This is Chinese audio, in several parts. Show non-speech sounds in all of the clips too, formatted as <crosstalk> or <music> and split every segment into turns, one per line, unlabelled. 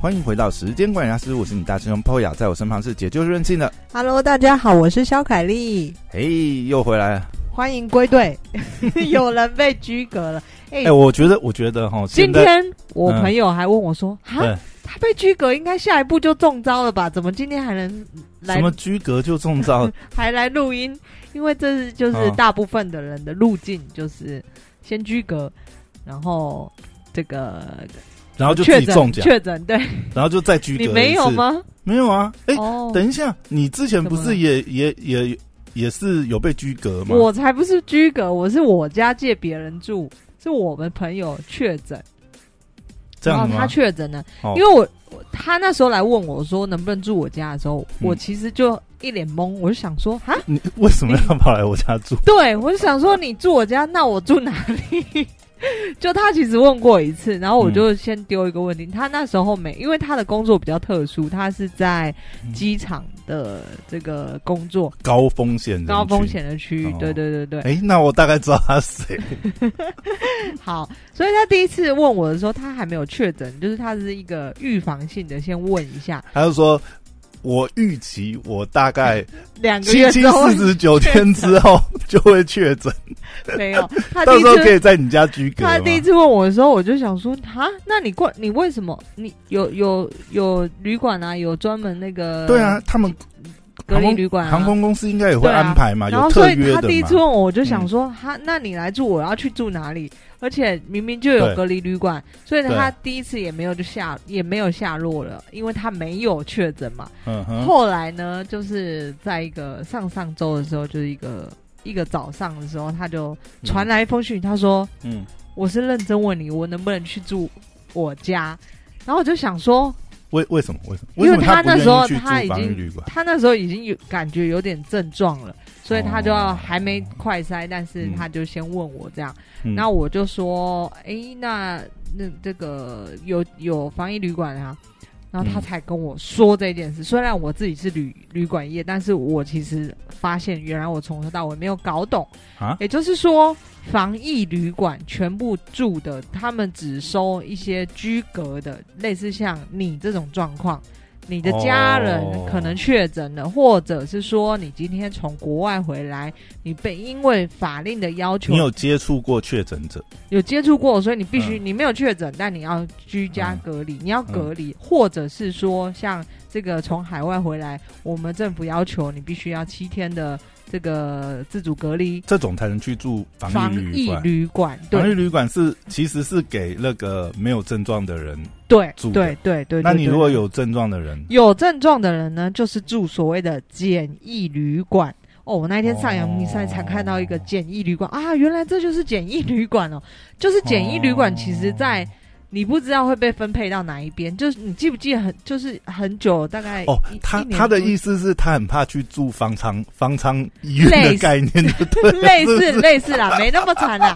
欢迎回到时间管理大师，我是你大师兄 Poya，在我身旁是解救任性的，
Hello，大家好，我是肖凯丽，
嘿，又回来了。
欢迎归队。 <laughs> 有人被拘格了。哎
哎、我觉得，我觉得哈，
今
现在嗯
天我朋友还问我说：“哈、
对
他被拘格，应该下一步就中招了吧？怎么今天还能来
什么居格就中招，
<laughs> 还来录音？因为这是就是
嗯
大部分的人的路径，就是先拘格，然后这个
然后就自
确
己
诊
中奖，
确诊，对
然后就再居格。
你没有？吗？
没有啊。哎、
哦，
等一下，你之前不
怎么了
是也也也也是有被居格吗？
我才不是居格，我是我家借别人住，是我们朋友确诊，
这
然
样
后
子
他
吗？
确诊了，
哦
因为我我他那时候来问我说能不能住我家的时候，
嗯
我其实就一脸懵，我就想说哈，
你为什么要跑来我家住？
对我就想说你住我家，那我住哪里？ <laughs> 就他其实问过一次，然后我
嗯
就先丢一个问题。他那时候没，因为他的工作比较特殊，他是在
嗯
机场的这个工作，
高风险人群
高风。险的区域
哦。
对对对对，
哎、那我大概知道他是谁。
好，所以他第一次问我的时候，他还没有确诊，就是他是一个预防性的，先问一下
他就说，我预期我大概
<laughs> 两个
七
月
七
之后
四十九天之后就会确诊，
<laughs>
<laughs>
没有。他第
到
一
时候可
次
以在你家居隔
他第一
嘛。
次问我的时候，我就想说，哈，那你过你为什么你有有有旅馆啊，有专门那个
对啊，他们
隔离
航空
旅馆、啊、
航。空公司应该也会
对啊
安排嘛，
然
有
后，所
特
以
约
他
的
第一次
嘛。嗯
问我，我就想说，哈，那你来住，我要去住哪里？而且明明就有
对
隔离旅馆，所以呢
对
他第一次也没有就下也没有下落了，因为他没有确诊嘛。
嗯哼，
后来呢，就是在一个上上周的时候，就是一个一个早上的时候，他就传来一封讯，他说
嗯，：“
我是认真问你，我能不能去住我家？”然后我就想说，
为为什么为什么？
因为
什么他
他
不
那
愿意
时候
去住
他已
防疫
经
旅馆？
他那时候已经有感觉有点症状了，所以他就要
哦
还没快筛，但是
嗯
他就先问我这样，
嗯
然后我就说：“诶，那那这个有有防疫旅馆啊？”然后他
嗯
才跟我说这件事。虽然我自己是旅旅馆业，但是我其实发现，原来我从头到尾没有搞懂
啊
也就是说，防疫旅馆全部住的，他们只收一些居隔的，类似像你这种状况。你的家人
哦
可能确诊了，或者是说你今天从国外回来，你被因为法令的要求
你有接触过确诊者？
有接触过，所以你必须、
嗯
你没有确诊，但你要居家隔离，你要
嗯
隔离，或者是说像这个从海外回来，我们政府要求你必须要七天的这个自主隔离
这种才能去住防
防
疫旅
疫
馆。
旅馆，
防疫
对
旅馆是其实是给那个没有症状的人。
对
住
对
的
对对对。
那你
对
如果有症状的人，
有症状的人呢，就是住所谓的简易旅馆。哦，我那一天上阳明山才看到一个简易旅馆、啊，原来这就是简易旅馆哦，就是简易旅馆，其实在。你不知道会被分配到哪一边，就是你记不记得很就是很久，大概
哦
一，
他
一年
他的
多
意思是他很怕去住方舱方舱医院
类
的
似
概
<laughs>
念，
类似类似啦，没那么惨啦。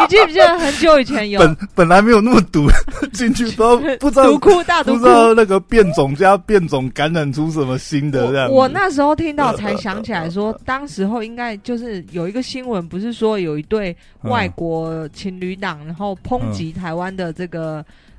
你记不记得很久以前有
本本来没有那么毒，进去都不
<laughs>
知道
独库大
不
独
知
库？
道那个变种加变种感染出什么新的这样子
我我那时候听到才想起来说，当时候应该就是有一个新闻，不是说有一对
嗯
外国情侣档，然后抨击台湾的这个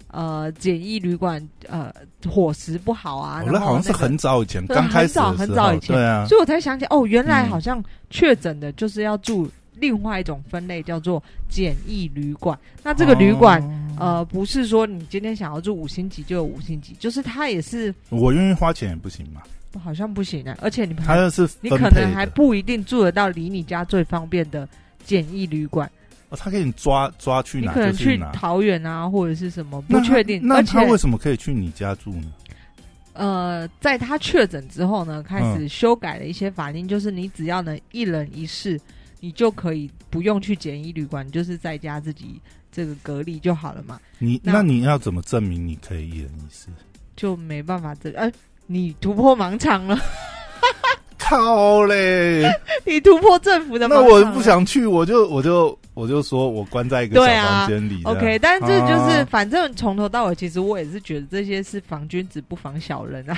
呃简易旅馆呃伙食不好啊，
哦
然后
那好像
那
是
个
很早以前
对
刚开始的时候，
很早很早以前
对啊，
所以我才想起哦，原来
嗯
好像确诊的就是要住另外一种分类，叫做简易旅馆。那这个旅馆。
哦
呃，不是说你今天想要住五星级就有五星级，就是它也是
我愿意花钱也不行
<laughs>
嘛，
好像不行的、啊而且你们
他那是
你
分
可
配
能还
的，
不一定住得到离你家最方便的简易旅馆，
哦他给你抓抓去
你
哪
可能
就
去
哪。
桃园啊，或者是什么，
那
不
他
确定。
那
而
他为
且
什么可以去你家住呢？
呃，在他确诊之后呢，开
嗯
始修改了一些法令，就是你只要能一人一室，你就可以不用去简易旅馆，你就是在家自己这个隔离就好了嘛，
你
那
那你要怎么证明你可以一人一
<laughs>
室？
就没办法这呃。你突破盲肠了， <laughs>
靠嘞！
你突破政府的盲
那
肠
我
了
不想去，我就我就我就说我关在一个小
对啊
房间里这样。
OK，但这就是、
啊
反正从头到尾，其实我也是觉得这些是防君子不防小人啊。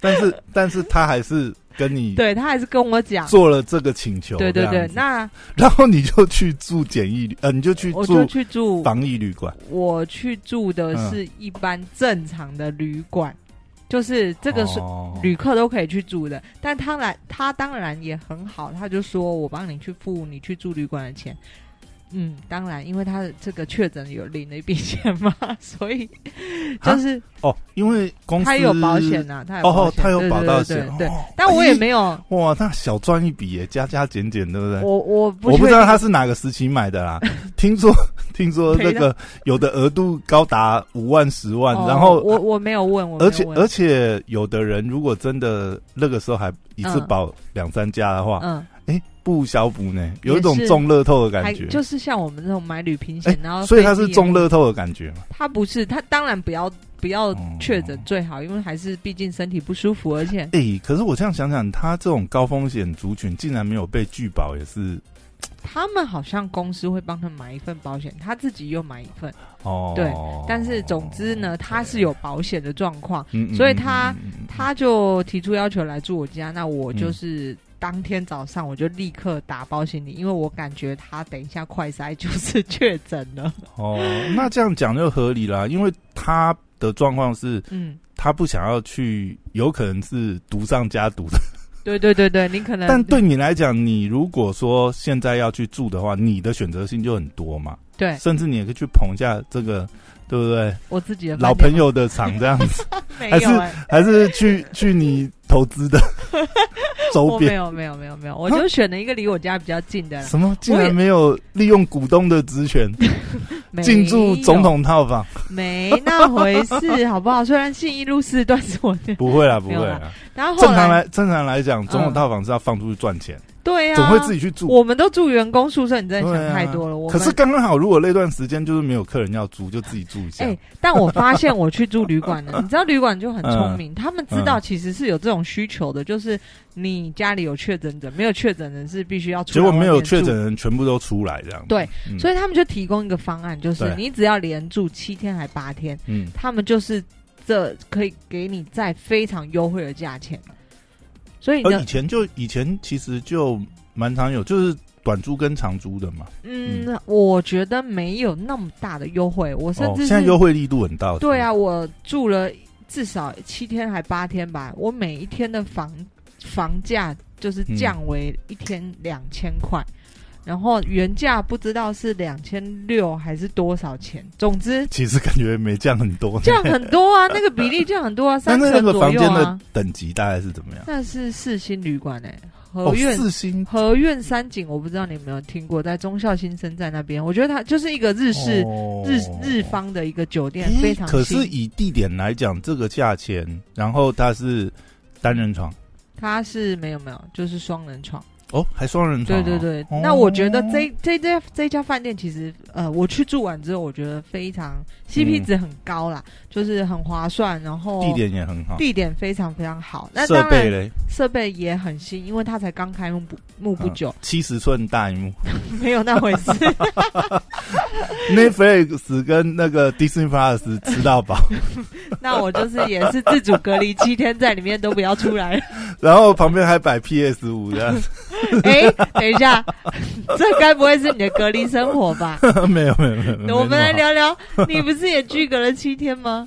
但是但是他还是跟你
对他还是跟我讲，
做了这个请求，
啊对对
这
对
样，子
那
然后你就去住简易旅，呃，你就去
我就
住嗯
去住，
防疫旅馆，
我去住的是一般正常的旅馆，就是这个是
哦
旅客都可以去住的，但当然他当然也很好，他就说我帮你去付你去住旅馆的钱。嗯，当然，因为他的这个确诊有领了一笔钱嘛， <laughs> 所以
啊
就是
哦，因为公司
他有保险呐、他有保
哦，
险，
他有
对
保
对
到
对
险，
对对
哦
但我也
哎
没有，
哇，那小赚一笔耶，加加减减，对不对？
我我不
我不
确
知道
定
他是哪个时期买的啦， <laughs> 听
<laughs>
说听说那
赔
个有的额度高达五万、十万，
哦
然后
我我没有问，我没有
而且
问
而且有的人如果真的那个时候还一次
嗯
保两三家的话，
嗯，
不小补呢，有一
也
种
是
中乐透的
还
感觉。
就是像我们这种买旅平
哎
险，然后
所以他
哦飞
是
机也
中，乐透的感觉嘛？
他不是，他当然不要不要
哦
确诊最好，因为还是毕竟身体不舒服，而且
哎、可是我这样想想，他这种高风险族群竟然没有被拒保，也是
他们好像公司会帮他买一份保险，他自己又买一份，
哦。
对但是总之呢，他是有保险的状况，
嗯，嗯
所以他
嗯嗯嗯嗯
他就提出要求来住我家，那我
嗯
就是。当天早上我就立刻打包行李，因为我感觉他等一下快筛就是 <laughs> 确诊了。
哦，那这样讲就合理啦，因为他的状况是
嗯，
他不想要去，有可能是毒上加毒的。
对对对对，你可能
但对你来讲，你如果说现在要去住的话，你的选择性就很多嘛，
对
甚至你也可以去捧一下这个，对不对？
我自己的
老
饭
朋
店
友的场这样子，
没
还是
有、欸，
还是去去你投资
<laughs>
的周
我哦没
边？啊
有没有没有没有，我就选了一个离我家比较近的啦，
什么？竟
我也
然没有利用股东的职权
没
<laughs> 进驻总
有
统套房？
没那回
<laughs>
事，好不好？虽然信义路四段是我的，
不会啦，不
没
会
有
啦。
然后后
正
来
常来正常来讲，总统
嗯
套房是要放出去赚钱，
对啊，
总会自己去住。
我们都住员工宿舍，你真的
对
想
啊
太多了。我
可
们
是刚刚好，如果那段时间就是没有客人要租，就自己住一下。
哎、但我发现我去住旅馆
<laughs>
了，你知道旅馆就很聪
嗯
明，他们知道其实是有这种需求的，就是你家里有确诊者，没有确诊人是必须要出
结
来
果没有
外面住
确诊人全部都出来这样。
对
嗯，
所
以
以他们就提供一个方案，就是
对
你只要连住七天还八天，
嗯，
他们就是这可以给你在非常优惠的价钱。所以
而以
呢，
前就以前其实就蛮常有，就是短租跟长租的嘛。
嗯，我觉得没有那么大的优惠，我甚
哦，
至
现
是、
在优惠力度很大。
对啊，我住了至少七天还八天吧，我每一天的房房价就是降为一天两千块。然后原价不知道是两千六还是多少钱，总之
其实感觉没降很多。
降很多啊，那个比例降很多啊，
但 <laughs>
三
是那
成
个
左
房
右
间的
啊。
等级大概是怎么样？
那是四星旅馆哎、和
哦，
苑
四星
和苑山景，我不知道你有没有听过，在忠孝新生站那边，我觉得它就是一个日式、
哦
日日方的一个酒店，
诶
非常
可
新
是以地点来讲，这个价钱，然后它是单人床
它是没有没有，就是双人床。
哦，还双人床、
对
哦。
对对，
哦
那我觉得这这这这家饭店其实呃，我去住完之后，我觉得非常 CP 值很高啦，就是很划算，然后
地点也很好，
地点非常非常好。那
设
当
备
然
嘞，
设备也很新，因为它才刚开幕不幕不久，
嗯七十寸大荧幕 <laughs>
没有那回事。 <laughs>
，Netflix 跟那个 Disney Plus 吃到饱， <laughs>
那我就是也是自主隔离七天，在里面都不要出来。
然后旁边还摆 PS 五的，
哎、等一下，这该不会是你的隔离生活吧？
没有没有没有没有。
我们
嗯没那么好，
来聊聊，你不是也居隔了七天吗？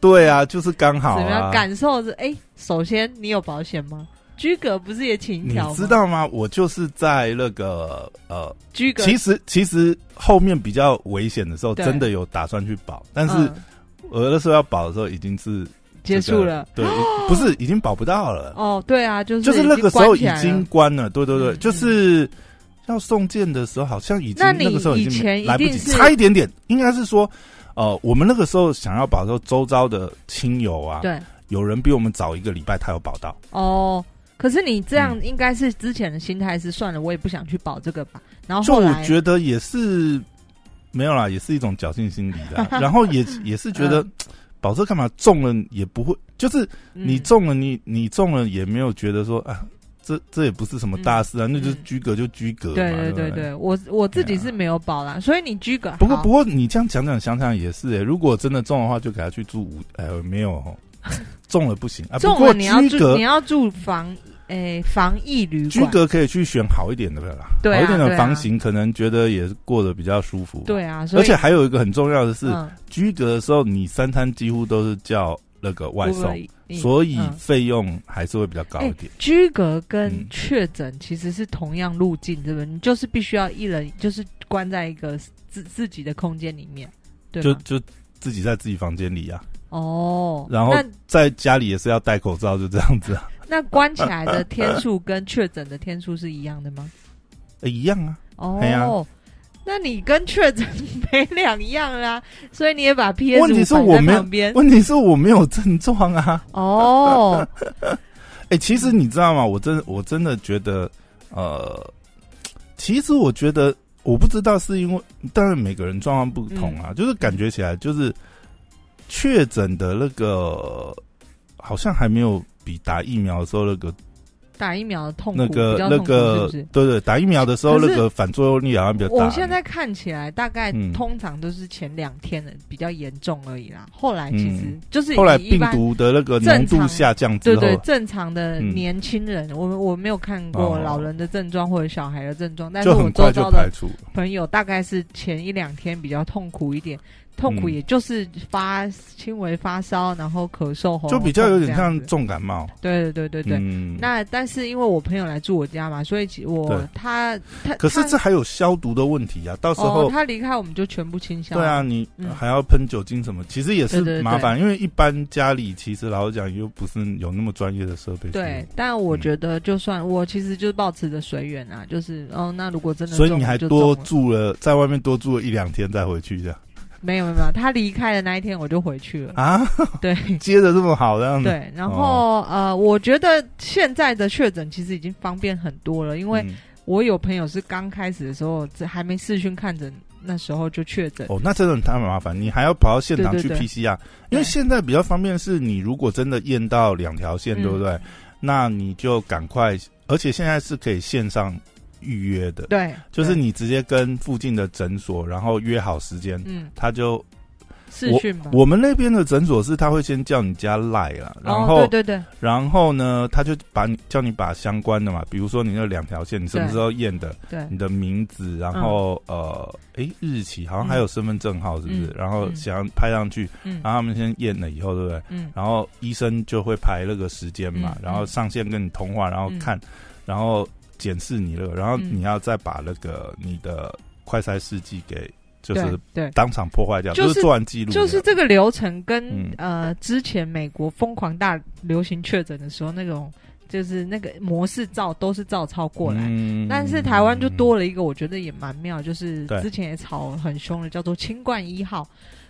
对啊，就是刚好
怎么样
啊。
感受着？哎、首先你有保险吗？居隔不是也请一
你
条吗？
知道吗？我就是在那个呃，
居隔
其实其实后面比较危险的时候，
对
真的有打算去保，但是
嗯
我那时候要保的时候已经是
结束了。
对，不是已经保不到了，
哦，对啊，就是
就是那个时候已经
关起
关了。对对对，
嗯
就是要送件的时候，好像已经
那你
那个时候已
以
经
前
没
一定
来不及，
是
差一点点，应该是说。呃，我们那个时候想要保的时候，周遭的亲友啊，
来了对
有人比我们早一个礼拜，他有保到。
哦。可是你
嗯
这样应该是之前的心态是算了，我也不想去保这个吧。然后
就
哦后
我
来
觉得也是没有啦，也是一种侥幸心理啦。
<laughs>
然后也也是觉得保这干嘛，中了也不会，就是你
嗯
中了你你中了也没有觉得说啊，这这也不是什么大事啊，
嗯
那就是
嗯
居格就居格嘛，
对
对
对对
不。
对，我我自己是没有保啦，所以你居格
不过
好
欸呃不过你这样讲讲想想也是诶、如果真的中的话，就给他去住五，哎呦没有哦，中了不行啊。不
中
过
了你要
居
住
格
你要住防诶、防疫旅
居
馆，
格可以去选好一点的啦，
对啊
好一点
对
的
啊
房型可能觉得也过得比较舒服。，
对啊，所以
而且还有一个很重要的是，
嗯
居格的时候你三餐几乎都是叫那个外送，
Uber Eats，
所以
嗯
费用还是会比较高一点。
居隔跟
嗯
确诊其实是同样路径，对不对？你就是必须要一人，就是关在一个自自己的空间里面，对
就
吗？
就自己在自己房间里啊，
哦，
然后
那
在家里也是要戴口罩，就这样子
<laughs>
啊，
那关起来的天数跟确诊的天数是一样的吗？
呃一样啊。哎呀
哦，那你跟确诊 <laughs> 没两样啦，所以你也把 PS
问题是我没有
旁边
问题是我没有症状啊。
哦，
哎、其实你知道吗？我真我真的觉得，呃，其实我觉得，我不知道是因为，当然每个人状况不同
嗯
啊，就是感觉起来，就是确诊的那个好像还没有比打疫苗的时候那个
打疫苗的痛苦
那个
比较
那
痛苦
个，
是不是？
对对，打疫苗的时候
可是
那个反作用力好像比较大。
我现在看起来，大概
嗯
通常都是前两天的比较严重而已啦。后来其实
嗯
就是
后来
以一
病
般
毒的那个浓度下降之
对
后，
对正常的
嗯
年轻人，我们我没有看过
哦
老人的症状或者小孩的症状，但是
就
我
很
周
快就
遭的
排除了。
朋友大概是前一两天比较痛苦一点，痛苦
嗯
也就是发轻微发烧，然后咳嗽，喉咙
就比较有点
痛这样
像
子
重感冒。
对对对对对。
嗯，
那但是因为我朋友来住我家嘛，所以其我
对
他他
可是
他
这还有消毒的问题啊，到时候、
哦他离开我们就全部清消。
对啊，，你
嗯
还要喷酒精什么，其实也
对对
是
对
麻烦，因为一般家里其实老实讲又不是有那么专业的设备，
对，，但我觉得就算、我其实就是保持着随缘啊，就是哦，那如果真的
所以
中
你
了
还
就
多
中了
住了，在外面多住了一两天再回去这样
没有没有没有，他离开的那一天我就回去了。
啊，
对
<laughs> 接的这么好这样子，
对，然后、
哦
呃，我觉得现在的确诊其实已经方便很多了，因为
嗯
我有朋友是刚开始的时候，这还没视讯看诊，那时候就确诊。
哦，那真的很太麻烦，你还要跑到现场
对
去
对对
PCR，因
对
为现在比较方便是你如果真的验到两条线，
嗯
对不对？那你就赶快，而且现在是可以线上预约的，
对，
就是
对
你直接跟附近的诊所，然后约好时间，
嗯，
他就
视讯吧。
我们那边的诊所是他会先叫你加赖啦，然后、
哦、对对对，
然后呢，他就把你叫你把相关的嘛，比如说你那两条线，你什么时候验的，
对
你的名
嗯
字，然后、呃，诶日期，好像还有身份证号，是不是？
嗯
然后
嗯
想要拍上去，
嗯
然后他们先验了以后，对不对？
嗯
然后医生就会排那个时间嘛，
嗯
然后上线跟你通话，然后看，然后检视你了，然后
嗯
你要再把那个你的快筛试剂给就是
对。对
当场破坏掉，
就是
是做完记录的，
就是这个流程跟、
嗯
呃之前美国疯狂大流行确诊的时候那种，就是那个模式照都是照抄过来。
嗯
但是台湾就多了一个，我觉得也蛮妙，就是
对
之前也吵很凶的，叫做“清冠一号”。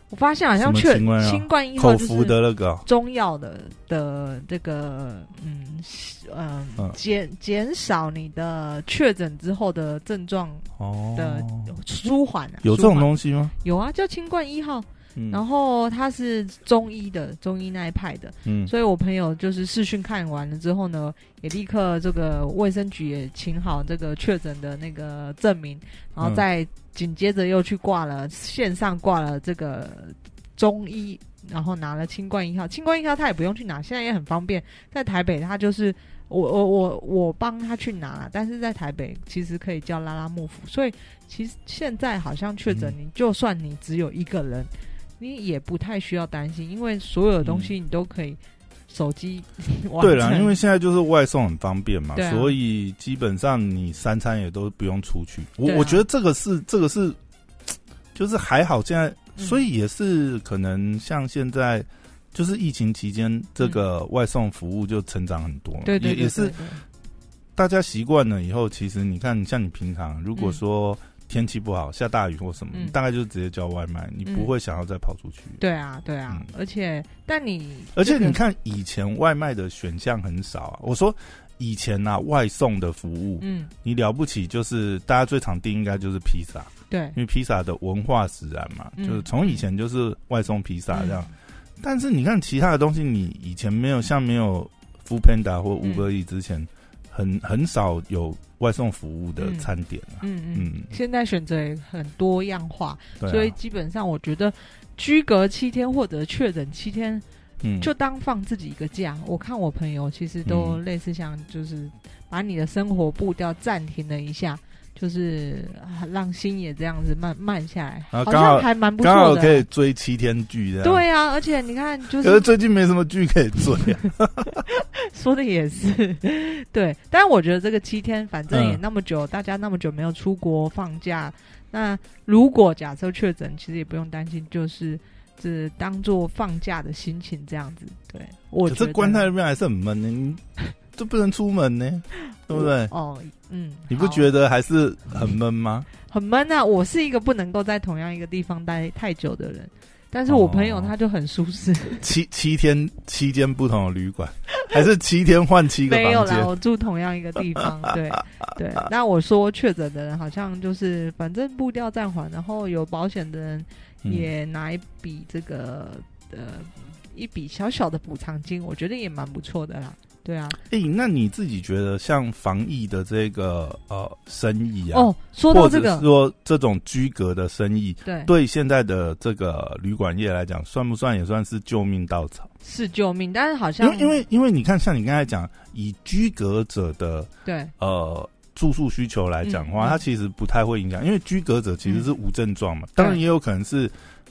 我发现好像
什么
确
清冠一号啊口
清冠一号就
服
是
的那个哦，
中药的的这个嗯是嗯
嗯
减减少你的确诊之后的症状
哦
的舒缓啊，
有这种
西
东西吗？
有啊，叫清冠一号，
嗯
然后它是中医的中医那一派的，
嗯，
所以我朋友就是视讯看完了之后呢，也立刻这个卫生局也请好这个确诊的那个证明，然后
嗯
再紧接着又去挂了线上挂了这个中医，然后拿了清冠一号，清冠一号他也不用去拿，现在也很方便，在台北他就是。我我我我帮他去拿啦，但是在台北其实可以叫拉拉幕府，所以其实现在好像确
嗯
诊，你就算你只有一个人，你也不太需要担心，因为所有的东
嗯
西你都可以手
<laughs>
机完
对啦，
成
因为现在就是外送很方便嘛，
对啊
所以基本上你三餐也都不用出去。我、
对啊
我觉得这个是这个是，就是还好现在，
嗯
所以也是可能像现在。就是疫情期间，这个外送服务就成长很多嘛，
嗯对对对
也也是
对对
大家习惯了以后，其实你看，像你平常如果说天气不好、下大雨或什么，
嗯
你大概就直接叫外卖，你不会想要再跑出去。
对啊对啊，而且但你
嗯而且
这个
你看，以前外卖的选项很少啊。我说以前啊，外送的服务，
嗯
你了不起就是大家最常订应该就是披萨，
对
因为披萨的文化使然嘛，
嗯
就是从以前就是外送披萨这样。
嗯
但是你看其他的东西，你以前没有像没有 Food Panda 或
嗯
Uber E 之前，很很少有外送服务的
嗯
餐点啊。
嗯嗯
嗯，
现在选择也很多样化，
对啊、
所以基本上我觉得居隔七天或者确诊七天
嗯，
就当放自己一个假。我看我朋友其实都类似像，就是把你的生活步调暂停了一下，就是啊让心也这样子慢慢下来，
啊
好
刚好
像还蛮不
刚好
错
可以
的。
追七天剧这样。，
对啊，而且你看，就
可是
是
最近没什么剧可以追啊。
说的也是， <laughs> 对。但是我觉得这个七天，反正
嗯
也那么久，大家那么久没有出国放假，那如果假设确诊，其实也不用担心，就是只当做放假的心情这样子。对，我
可
觉
是
得
关在那边还是很闷呢，你
<laughs>
就不能出门呢，对不对？
哦，嗯，
你不
好
觉得还是很闷吗？
很闷啊？我是一个不能够在同样一个地方待太久的人，但是我
哦
朋友他就很舒适，
七七天七间不同的旅馆，还是七天换七个
<laughs> 没有
房
啦，
间？
我住同样一个地方，
<laughs>
对对。那我说确诊的人好像就是反正步调暂缓，然后有保险的人
嗯
也拿一笔这个、呃一笔小小的补偿金，我觉得也蛮不错的啦。对啊，
诶、那你自己觉得像防疫的这个呃生意啊，
哦，说
或
到
者
这
是
个，
说这种居隔的生意，
对，
对现在的这个旅馆业来讲，算不算也算是救命稻草？
是救命，但是好
因
像
为因为因为你看，像你刚才讲，以居隔者的
对
呃住宿需求来讲的话，
嗯嗯
它其实不太会影响，因为居隔者其实是无症状嘛，当然
对嗯
也有可能是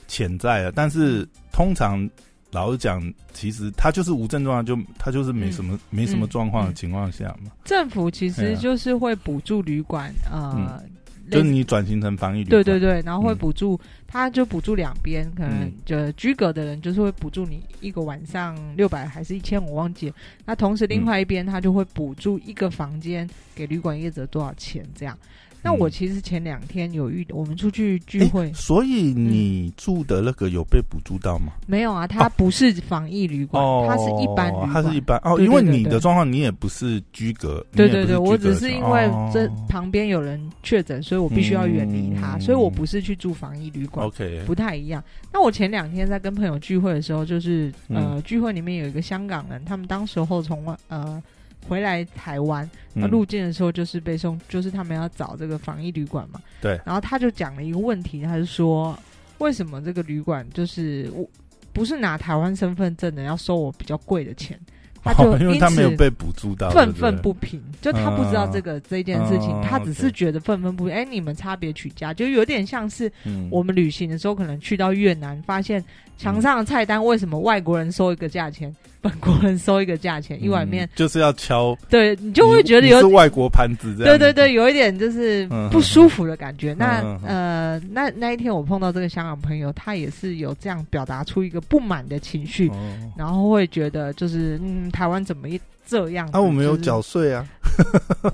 潜在的，但是通常老实讲，其实它就是无症状，啊就它就是没什
嗯
么、没什么状况的情况下嘛，
政府其
对
实
啊嗯
就是会补助旅馆，呃，类
就
似
是你转型成防疫旅
对
馆，
对对，然后会
嗯
补助，他就补助两边，可能
嗯
就居格的人就是会补助你一个晚上六百还是一千，我忘记了。那同时另
嗯
外一边他就会补助一个房间给旅馆业者多少钱这样。那
嗯
我其实前两天有遇，我们出去聚
诶
会
所以你住的那个有被补助到吗？
没有啊？它不是防疫旅馆，
哦，
嗯它是一般旅
它
馆。
是一般哦，
对
因为
对对
你的
对
状况你也不是居格，
对
你也
对
不
对，我
居格
只
的
是
情
因
况
为
哦
这旁边有人确诊，所以我必须要远离他，
嗯
所以我不是去住防疫旅馆。
OK，
不太一样。那我前两天在跟朋友聚会的时候，就是
嗯
呃，聚会里面有一个香港人，他们当时候从外呃回来台湾，那
嗯
入境的时候就是被送，就是他们要找这个防疫旅馆嘛。
对
然后他就讲了一个问题，他就说为什么这个旅馆就是我不是拿台湾身份证的要收我比较贵的钱？他就
哦因为
因
他没有
此
被补助到，
愤
啊对
愤
对
不平，就他不知道这个、这件事情，
嗯
他只是
OK
觉得愤愤不平。哎、你们差别取家，就有点像是
嗯
我们旅行的时候，可能去到越南，发现墙上的菜单为什么外国人收一个价钱，本国人收一个价钱？一碗面
嗯，就是要敲，
对你就会觉得
你
有
是外国盘子这
对
样，
对对，有一点就是
嗯
不舒服的感觉。那
嗯嗯
呃，那那一天我碰到这个香港朋友，他也是有这样表达出一个不满的情绪，
哦。
然后会觉得就是嗯，台湾怎么一这样子？
啊，我们有
就是
缴税啊，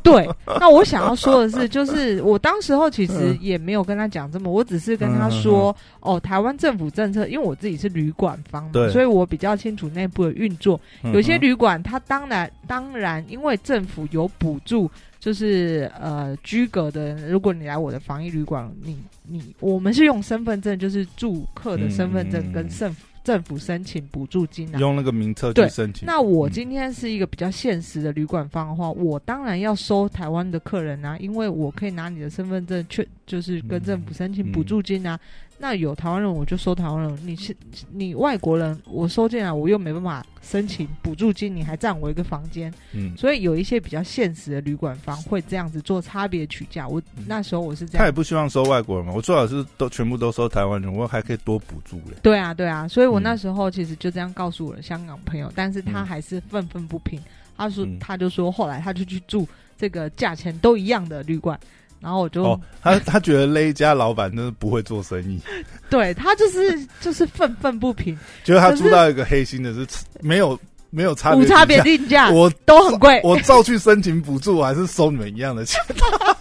对，那我想要说的
<laughs>
是，就是我当时候其
嗯
实也没有跟他讲这么，我只是跟他说，哦，台湾政府政策，因为我自己是旅馆方嘛
对，
所以我比较清楚内部的运作。有些
旅
旅馆它当然当然，因为政府有补助，就是呃居格的人，如果你来我的防疫旅馆，你你我们是用身份证，就是住客的身份证
嗯
跟政府政府申请补助金啊。
用那个名册去
对
申请，
那我
嗯
今天是一个比较现实的旅馆方的话，我当然要收台湾的客人啊，因为我可以拿你的身份证去，就是跟政府申请补助金啊。那有台湾人我就收台湾人，你是你外国人，我收进来我又没办法申请补助金，你还占我一个房间，
嗯，
所以有一些比较现实的旅馆方会这样子做差别取价。我那时候我是这
他也
样。
不希望收外国人嘛，我最好是都全部都收台湾人，我还可以多补助嘞。
对啊，对啊，所以我
嗯
那时候其实就这样告诉我的香港朋友，但是他
嗯
还是愤愤不平。他说，
嗯
他就说，后来他就去住这个价钱都一样的旅馆，然后我就、
哦，他他觉得那一家老板真是不会做生意，
<laughs> 对他就是 <laughs> 就是愤愤不平，
结果他
可是
住到一个黑心的是没有没有差别
无
之下，
差别定价
我
都很贵，
我照去申请补助，我还是收你们一样的钱。
<laughs>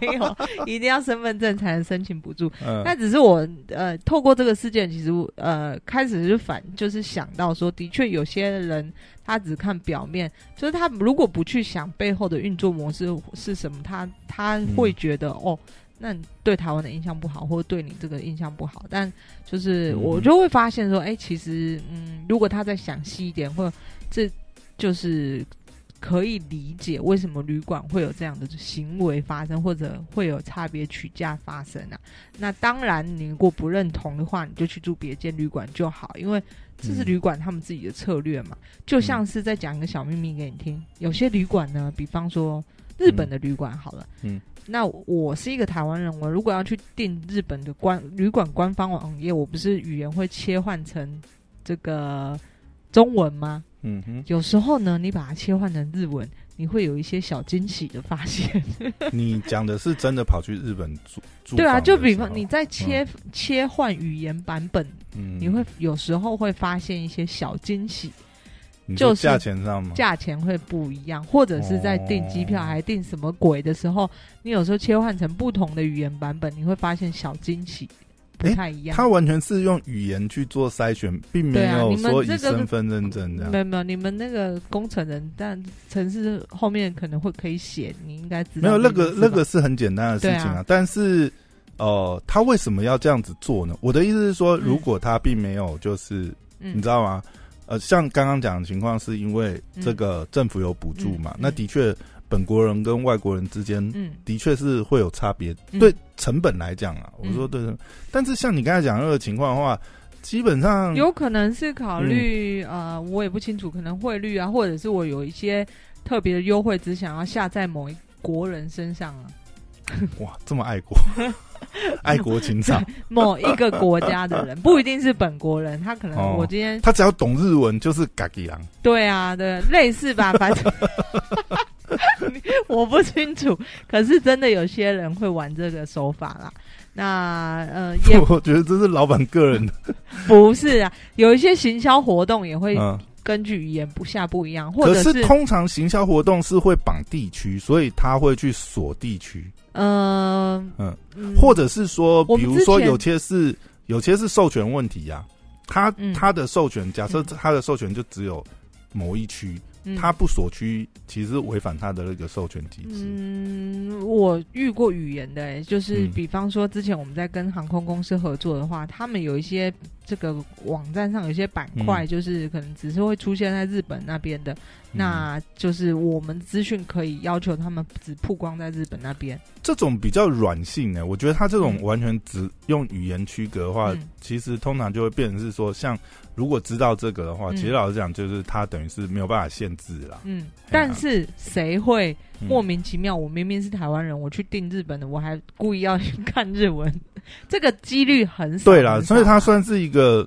没有一定要身份证才能申请补助。
嗯
<laughs> 那只是我呃，透过这个事件，其实我呃，开始就反就是想到说，的确有些人他只看表面，就是他如果不去想背后的运作模式是什么，他他
嗯
会觉得、哦，那你对台湾的印象不好，或者对你这个印象不好。但就是
嗯
我就会发现说，哎、其实嗯，如果他再详细一点，或者这就是可以理解为什么旅馆会有这样的行为发生，或者会有差别取价发生啊。那当然，你如果不认同的话，你就去住别间旅馆就好，因为这是
嗯
旅馆他们自己的策略嘛。就像是在讲一个小秘密给你听，有些旅馆呢，比方说日本的旅馆好了，
嗯，
那我是一个台湾人，我如果要去订日本的官旅馆官方网页，我不是语言会切换成这个中文吗？
嗯 <laughs> 哼，
有时候呢，你把它切换成日文，你会有一些小惊喜的发现。
你讲的是真的跑去日本住住
对啊，
房
就
的
比
时
方
候
你，在切、切换语言版本，
嗯
你会有时候会发现一些小惊喜，
你说
就是
价钱上吗？
价钱会不一样，或者是在订机票
哦
还订什么鬼的时候，你有时候切换成不同的语言版本，你会发现小惊喜不
诶
太一样。
他完全是用语言去做筛选，并没
对啊
有
你们
说以
这个啊
身份认证这样
没。有没有，你们那个工程人，但城市后面可能会可以写，你应该知
没
道
有那
这件事吧。
个那个是很简单的事情
对
啊
啊，
但是呃，他为什么要这样子做呢？我的意思是说，
嗯
如果他并没有就是你
嗯
知道吗？呃，像刚刚讲的情况，是因为这个政府有补助嘛？
嗯嗯
那的确，本国人跟外国人之间
嗯
的确是会有差别。
嗯
对成本来讲啊，我
嗯
说对成本，但是像你刚才讲的那个情况的话，基本上
有可能是考虑、
嗯
呃，我也不清楚，可能汇率啊，或者是我有一些特别的优惠，只想要下在某一国人身上
<laughs>
啊，
哇这么爱
<laughs>
国，爱国情操，
某一个国家的人，不一定是本国人，他可能
哦
我今天、
他只要懂日文就是嘎吉郎。
对啊，对，类似吧，反
<laughs>
正我不清楚，可是真的有些人会玩这个手法啦。那
<laughs>
呃，也
我觉得这是老板个人的，
不是啊，有一些行销活动也会
嗯，
根据语言不下不一样，或
可
者
是通常行销活动是会绑地区，所以他会去锁地区，
嗯
嗯
嗯
或者是说，
我
比
们
如说
之前
有些是有些是授权问题呀、他
嗯
他的授权，假设他的授权就只有某一区，
嗯
他不锁区，其实违反他的那个授权机制。
嗯，我遇过语言的、欸，就是
嗯
比方说之前我们在跟航空公司合作的话，他们有一些这个网站上有一些板块，
嗯
就是可能只是会出现在日本那边的，那就是我们资讯可以要求他们只曝光在日本那边。
这种比较软性的、我觉得他这种
嗯
完全只用语言区隔的话，
嗯
其实通常就会变成是说，像如果知道这个的话，
嗯
其实老实讲，就是他等于是没有办法限制啦。
嗯，
啊
但是谁会
嗯
莫名其妙？我明明是台湾人，我去订日本的，我还故意要去看日文， <laughs> 这个几率很少。
对啦，
很少
所以它算是一个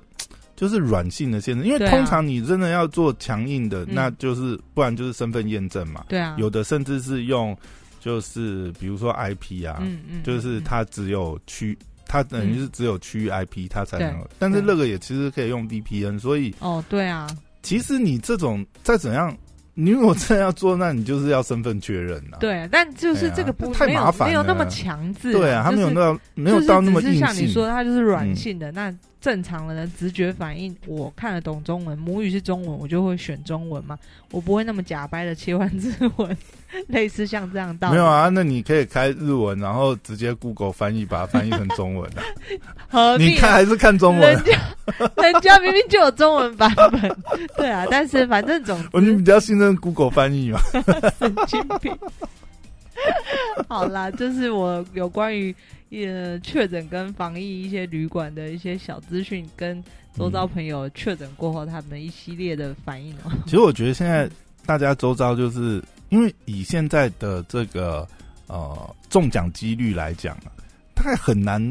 就是软性的限制，因为
对啊
通常你真的要做强硬的，
嗯
那就是不然就是身份验证嘛，
对啊，
有的甚至是用就是比如说 IP 啊，
嗯嗯，嗯
就是它只有区。它等于是只有区域 IP，它才能有，但是那个也其实可以用 VPN，所以
嗯哦，对啊，
其实你这种再怎样，你如果真的要做，那你就是要身份确认啊。
对，但就是这个不、
哎呀太
没有
麻烦
没有那么
了
强制，
对啊，它没有
就是
到没有到那么
就是只
硬
是像你
性。
说，它就是软
嗯
性的。那正常人的直觉反应，我看得懂中文，母语是中文，我就会选中文嘛，我不会那么假掰的切换日文，类似像这样道理
没有，啊，那你可以开日文，然后直接 Google 翻译把它翻译成中文、啊。
<laughs> 何必
你看
呢？
还是看中文
人？家人家明明就有中文版本，对啊，但是反正总
<laughs> 我你比较信任 Google 翻译嘛？
神经病。 <laughs> 好啦，就是我有关于呃确诊跟防疫一些旅馆的一些小资讯，跟周遭朋友确诊过后他们的一系列的反应哦、
其实我觉得现在大家周遭就是因为以现在的这个呃中奖几率来讲啊，大概很难，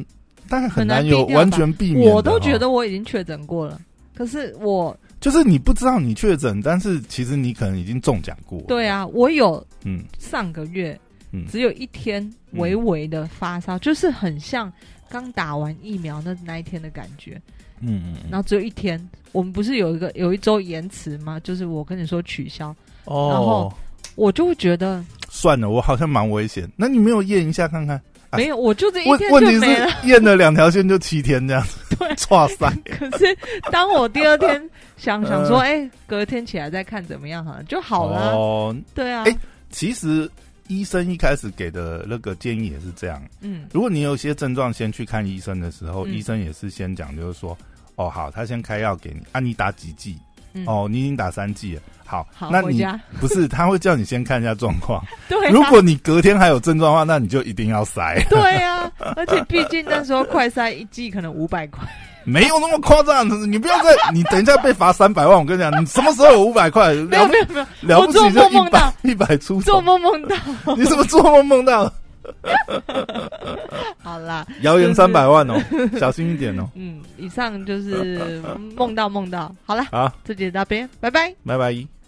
大概很难有
很难避掉吧
完全避免的哦。
我都觉得我已经确诊过了，可是我
就是你不知道你确诊，但是其实你可能已经中奖过。
对，啊，我有
嗯，
上个月
嗯
只有一天微微的发烧，就是很像刚打完疫苗那那一天的感觉。
嗯嗯嗯，
然后只有一天，我们不是有一个有一周延迟吗？就是我跟你说取消，然
哦
后，我就会觉得
算了，我好像蛮危险。那你没有验一下看看？啊
没有，我就这一
问
天
问
就
题
没了。 <laughs>
是验了两条线就七天这样子， <laughs> 哇塞！
可是当我第二天想想
<laughs>
说，
呃
哎、隔天起来再看怎么样好了，就好了啊。
哦，
对啊，
哎其实医生一开始给的那个建议也是这样：
嗯
如果你有一些症状，先去看医生的时候，
嗯
医生也是先讲，就是说，哦，好，他先开药给你，啊，你打几剂？
嗯
哦，你已经打三剂了，好，
好，
那
回
你
家 <laughs>
不是他会叫你先看一下状况，
对啊，
如果你隔天还有症状的话，那你就一定要塞，
<laughs> 对啊，而且毕竟那时候快筛一剂可能五百
<laughs>
块，
没有那么夸张，你不要再，你等一下被罚三百万，我跟你讲，你什么时候有五百块？
没有
了不
没有没有，
了不起
我
就
做梦
一
梦
百
到
一百出头
做，梦梦到， <laughs>
你怎么做梦梦到
好啦，
<laughs> 谣言
就是
三百万哦？小心一点哦， <laughs>
嗯，以上就是梦到梦到，好啦，
好，
这节到这边，拜拜。
拜拜。